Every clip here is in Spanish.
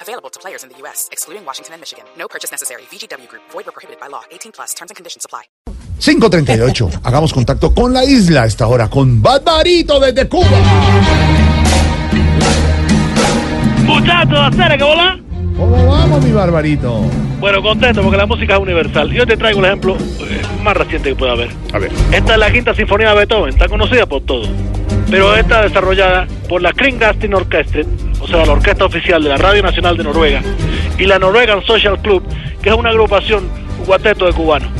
Available to players in the U.S., excluding Washington and Michigan. No purchase necessary. VGW Group, void or prohibited by law. 18 plus terms and conditions apply. 538. Hagamos contacto con la isla a esta hora con Barbarito desde Cuba. Muchachos, hacer que volá. ¿Cómo vamos, mi Barbarito? Bueno, contento porque la música es universal. Yo te traigo el ejemplo eh, más reciente que pueda haber. A ver. Esta es la quinta sinfonía de Beethoven, tan conocida por todos. Pero esta desarrollada por la Kringkasting Orchestra, o sea, la orquesta oficial de la Radio Nacional de Noruega, y la Norwegian Social Club, que es una agrupación, un guateto de cubanos.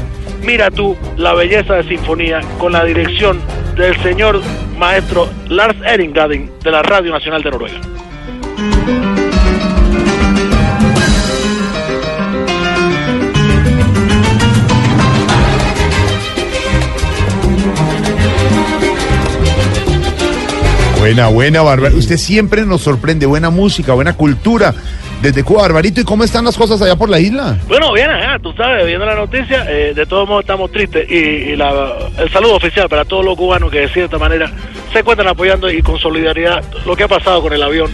Mira tú la belleza de sinfonía con la dirección del señor maestro Lars Eringdaden de la Radio Nacional de Noruega. Buena, buena, Barbarito. Usted siempre nos sorprende. Buena música, buena cultura desde Cuba, Barbarito. ¿Y cómo están las cosas allá por la isla? Bueno, bien, ajá, tú sabes, viendo la noticia, eh, de todos modos estamos tristes y, y la- el saludo oficial para todos los cubanos que de cierta manera se encuentran apoyando y con solidaridad lo que ha pasado con el avión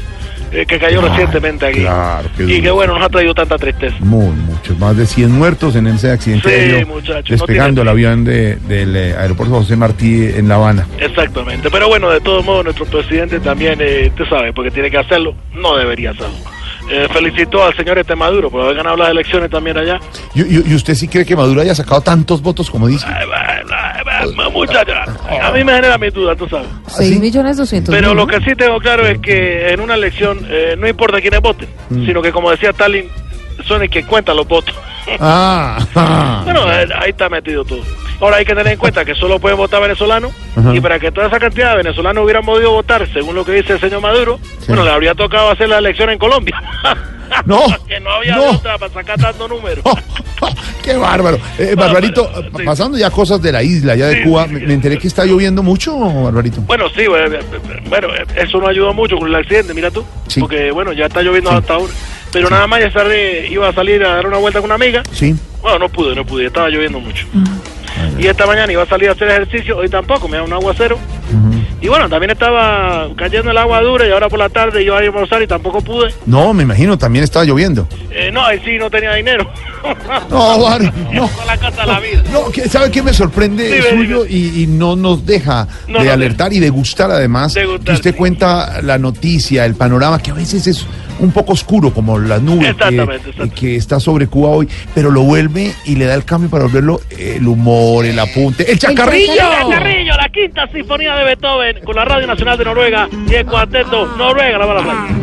eh, que cayó recientemente aquí claro, qué y que duro. bueno, nos ha traído tanta tristeza. Muy, muchos. Más de 100 muertos en ese accidente Sí, aéreo, muchacho, Despegando el no avión de- del eh, aeropuerto José Martí en La Habana. Exactamente, pero bueno, de todos modos nuestro presidente también, eh, tú sabes, porque tiene que hacerlo, no debería hacerlo. Eh, felicitó al señor este Maduro por haber ganado las elecciones también allá. ¿Y, y- y usted sí cree que Maduro haya sacado tantos votos como dice? Ay, ay, ay, ay, Muchacha, a mí me genera mi duda, tú sabes. ¿Ah, 6 sí? millones doscientos Pero mil, lo ¿no? que sí tengo claro es que en una elección eh, no importa quiénes voten, Mm. sino que como decía Stalin, son el que cuentan los votos. Ah, ah. bueno, eh, ahí está metido todo. Ahora hay que tener en cuenta que solo pueden votar venezolanos Ajá. y para que toda esa cantidad de venezolanos hubieran podido votar, según lo que dice el señor Maduro, bueno, le habría tocado hacer la elección en Colombia. No, que no había no. de otra para sacar tanto número. ¡Qué bárbaro! Eh, Barbarito, Bárbaro, sí. pasando ya cosas de la isla, ya de Sí, Cuba, sí, me sí. me enteré que está lloviendo mucho, Barbarito. Bueno, sí, bueno, eh, bueno, eh, eso no ayudó mucho con el accidente, mira tú. Sí. Porque, bueno, ya está lloviendo hasta ahora. Pero nada más ya sale, iba a salir a dar una vuelta con una amiga. Sí. Bueno, no pude, no pude, estaba lloviendo mucho. Y esta mañana iba a salir a hacer ejercicio, hoy tampoco, me da un aguacero. Y bueno, también estaba cayendo el agua dura y ahora por la tarde iba a ir a almorzar y tampoco pude. No, me imagino, también está lloviendo. Eh, no, ahí sí no tenía dinero. No, Bar, no. Con la casa de la vida. No, que- ¿sabe qué me sorprende Dime, suyo? Y, y no nos deja No, de no, alertar y de gustar además. De gustar, que usted sí. cuenta la noticia, el panorama, que a veces es un poco oscuro, como las nubes Exactamente, que, eh, exactamente. que está sobre Cuba hoy, pero lo vuelve y le da el cambio para volverlo eh, el humor, el apunte, el chacarrillo. Carrillo, Carrillo, la quinta sinfonía de Beethoven con la Radio Nacional de Noruega y el cuarteto Noruega, la bala playa.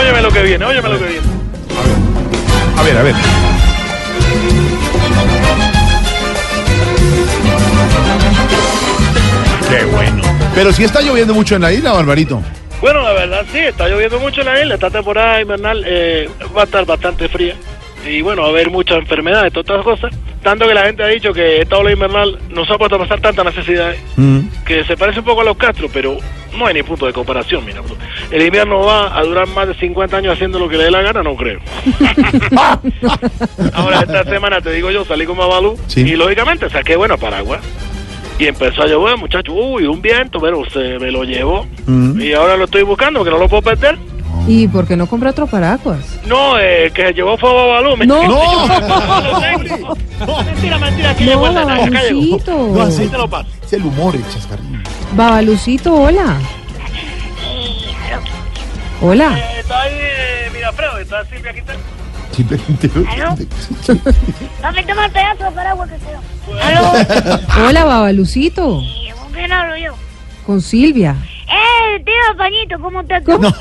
Óyeme lo que viene, óyeme lo que viene. A ver, a ver. Qué bueno. Pero si está lloviendo mucho en la isla, Barbarito. Bueno, la verdad sí, está lloviendo mucho en la isla. Esta temporada invernal eh, va a estar bastante fría. Y bueno, va a haber muchas enfermedades, todas estas cosas. Tanto que la gente ha dicho que esta ola invernal nos ha puesto a pasar tantas necesidades que se parece un poco a los Castro, pero no hay ni punto de comparación, mira. bro. El invierno va a durar más de 50 años haciendo lo que le dé la gana, no creo. Ahora, esta semana, te digo yo, salí con Mabalú Sí. y lógicamente saqué buena paraguas. Y empezó a llover, muchacho, uy, un viento, pero se me lo llevó. Mm. Y ahora lo estoy buscando, porque no lo puedo perder. ¿Y por qué no compra otro paraguas? No, eh, que se llevó fue a Babalú. me- No. ¡No! Lo tengo. Mentira, mentira, que llegó No, el de la calle. Babalucito. No, así- Ahí te lo paso. Es el humor, el chascarrillo. Babalucito, hola. Hola. Eh, Está ahí, eh, Mirafredo, está Silvia Quintana. Simplemente. ¿Aló? No me tomas pedazo de paraguas que quedó. ¿Aló? Hola, Babalucito. ¿Y ¿Con quién hablo yo? Con Silvia. ¡Eh, tío Pañito! ¿Cómo estás tú? No.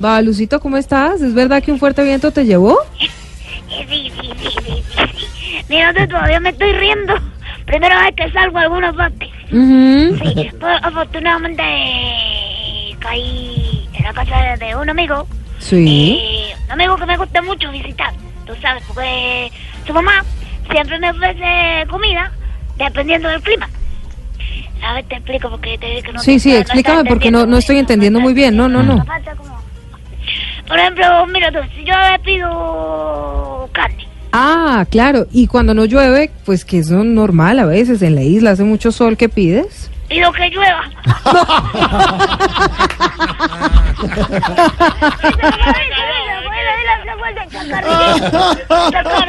Babalucito, ¿cómo estás? ¿Es verdad que un fuerte viento te llevó? Eh, sí, sí, sí, sí, sí. Mírate, todavía me estoy riendo. Primera vez que salgo a alguna parte. Ujú. Sí, pues, afortunadamente eh, caí en la casa de un amigo. Sí. Eh, un amigo que me gusta mucho visitar, tú sabes, porque su mamá siempre me ofrece comida dependiendo del clima. A ver, te explico porque te dije que no Sí, te- sí, no explícame, estás porque no- no estoy entendiendo muy bien. No, no, no. Falta como- Por ejemplo, mira tú, si yo le pido carne, Ah, claro. Y cuando no llueve, pues que eso es normal a veces. En la isla hace mucho sol que pides. pido que llueva.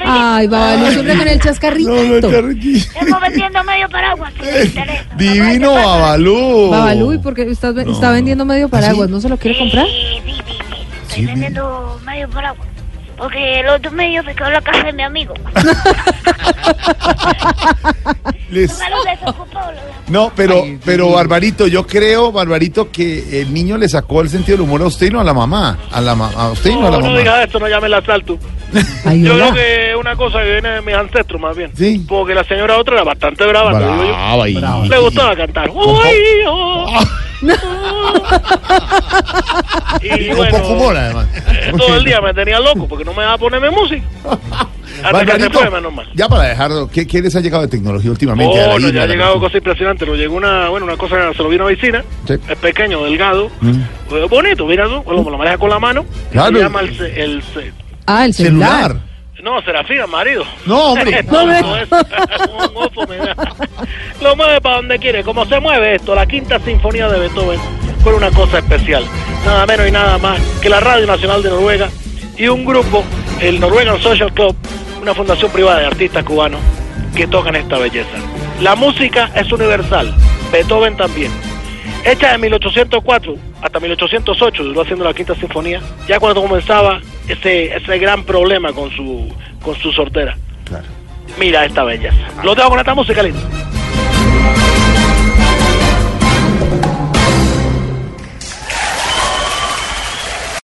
Ay, Babalu, siempre con el chascarrito. Estamos vendiendo medio paraguas. sin interés. Divino ah, Babalú. Babalu, ¿y por qué estás ve- está vendiendo medio paraguas? ¿No se lo quiere comprar? Sí, sí, sí, sí. Sí, Estoy vendiendo medio paraguas. Porque el otro medio se quedó en la casa de mi amigo. Les- Nunca lo desocupó, lo dejó. No, pero, pero Barbarito, yo creo, Barbarito, que el niño le sacó el sentido del humor a usted y no a la mamá. A, la ma- a usted y no a la No, no mamá. digas esto, no llame el asalto. Ay, Yo hola. creo que es una cosa que viene de mis ancestros más bien. Sí. Porque la señora otra era bastante brava, te digo yo. Brava y- Le gustaba cantar. Uy, oh, Y y con bueno, poco humor, además. eh, todo el día me tenía loco porque no me dejaba ponerme música. Hasta que se Barbarito, fue, menos mal. ya para dejarlo, ¿qué, qué les ha llegado de tecnología últimamente? A la Oh, no, isla, ya a ha la llegado cosa. cosas impresionantes. Nos llegó una, bueno, una cosa, se lo vi a una vecina. Sí. Es pequeño, delgado. eh, bonito, mira tú, lo, lo maneja con la mano. Mm. y Claro. Se llama el, ce- el ce- Ah, el celular. Celular. No, Serafín, marido. No, hombre. No, no, es- un mofo me da. Lo mueve para donde quiere. Como se mueve esto, la quinta sinfonía de Beethoven fue una cosa especial. Nada menos y nada más que la Radio Nacional de Noruega y un grupo, el Norwegian Social Club, una fundación privada de artistas cubanos que tocan esta belleza. La música es universal, Beethoven también. Hecha en 1804 hasta 1808, duró haciendo la quinta sinfonía, ya cuando comenzaba ese, ese gran problema con su, con su sortera. Claro. Mira esta belleza. Lo dejo con esta música, lindo.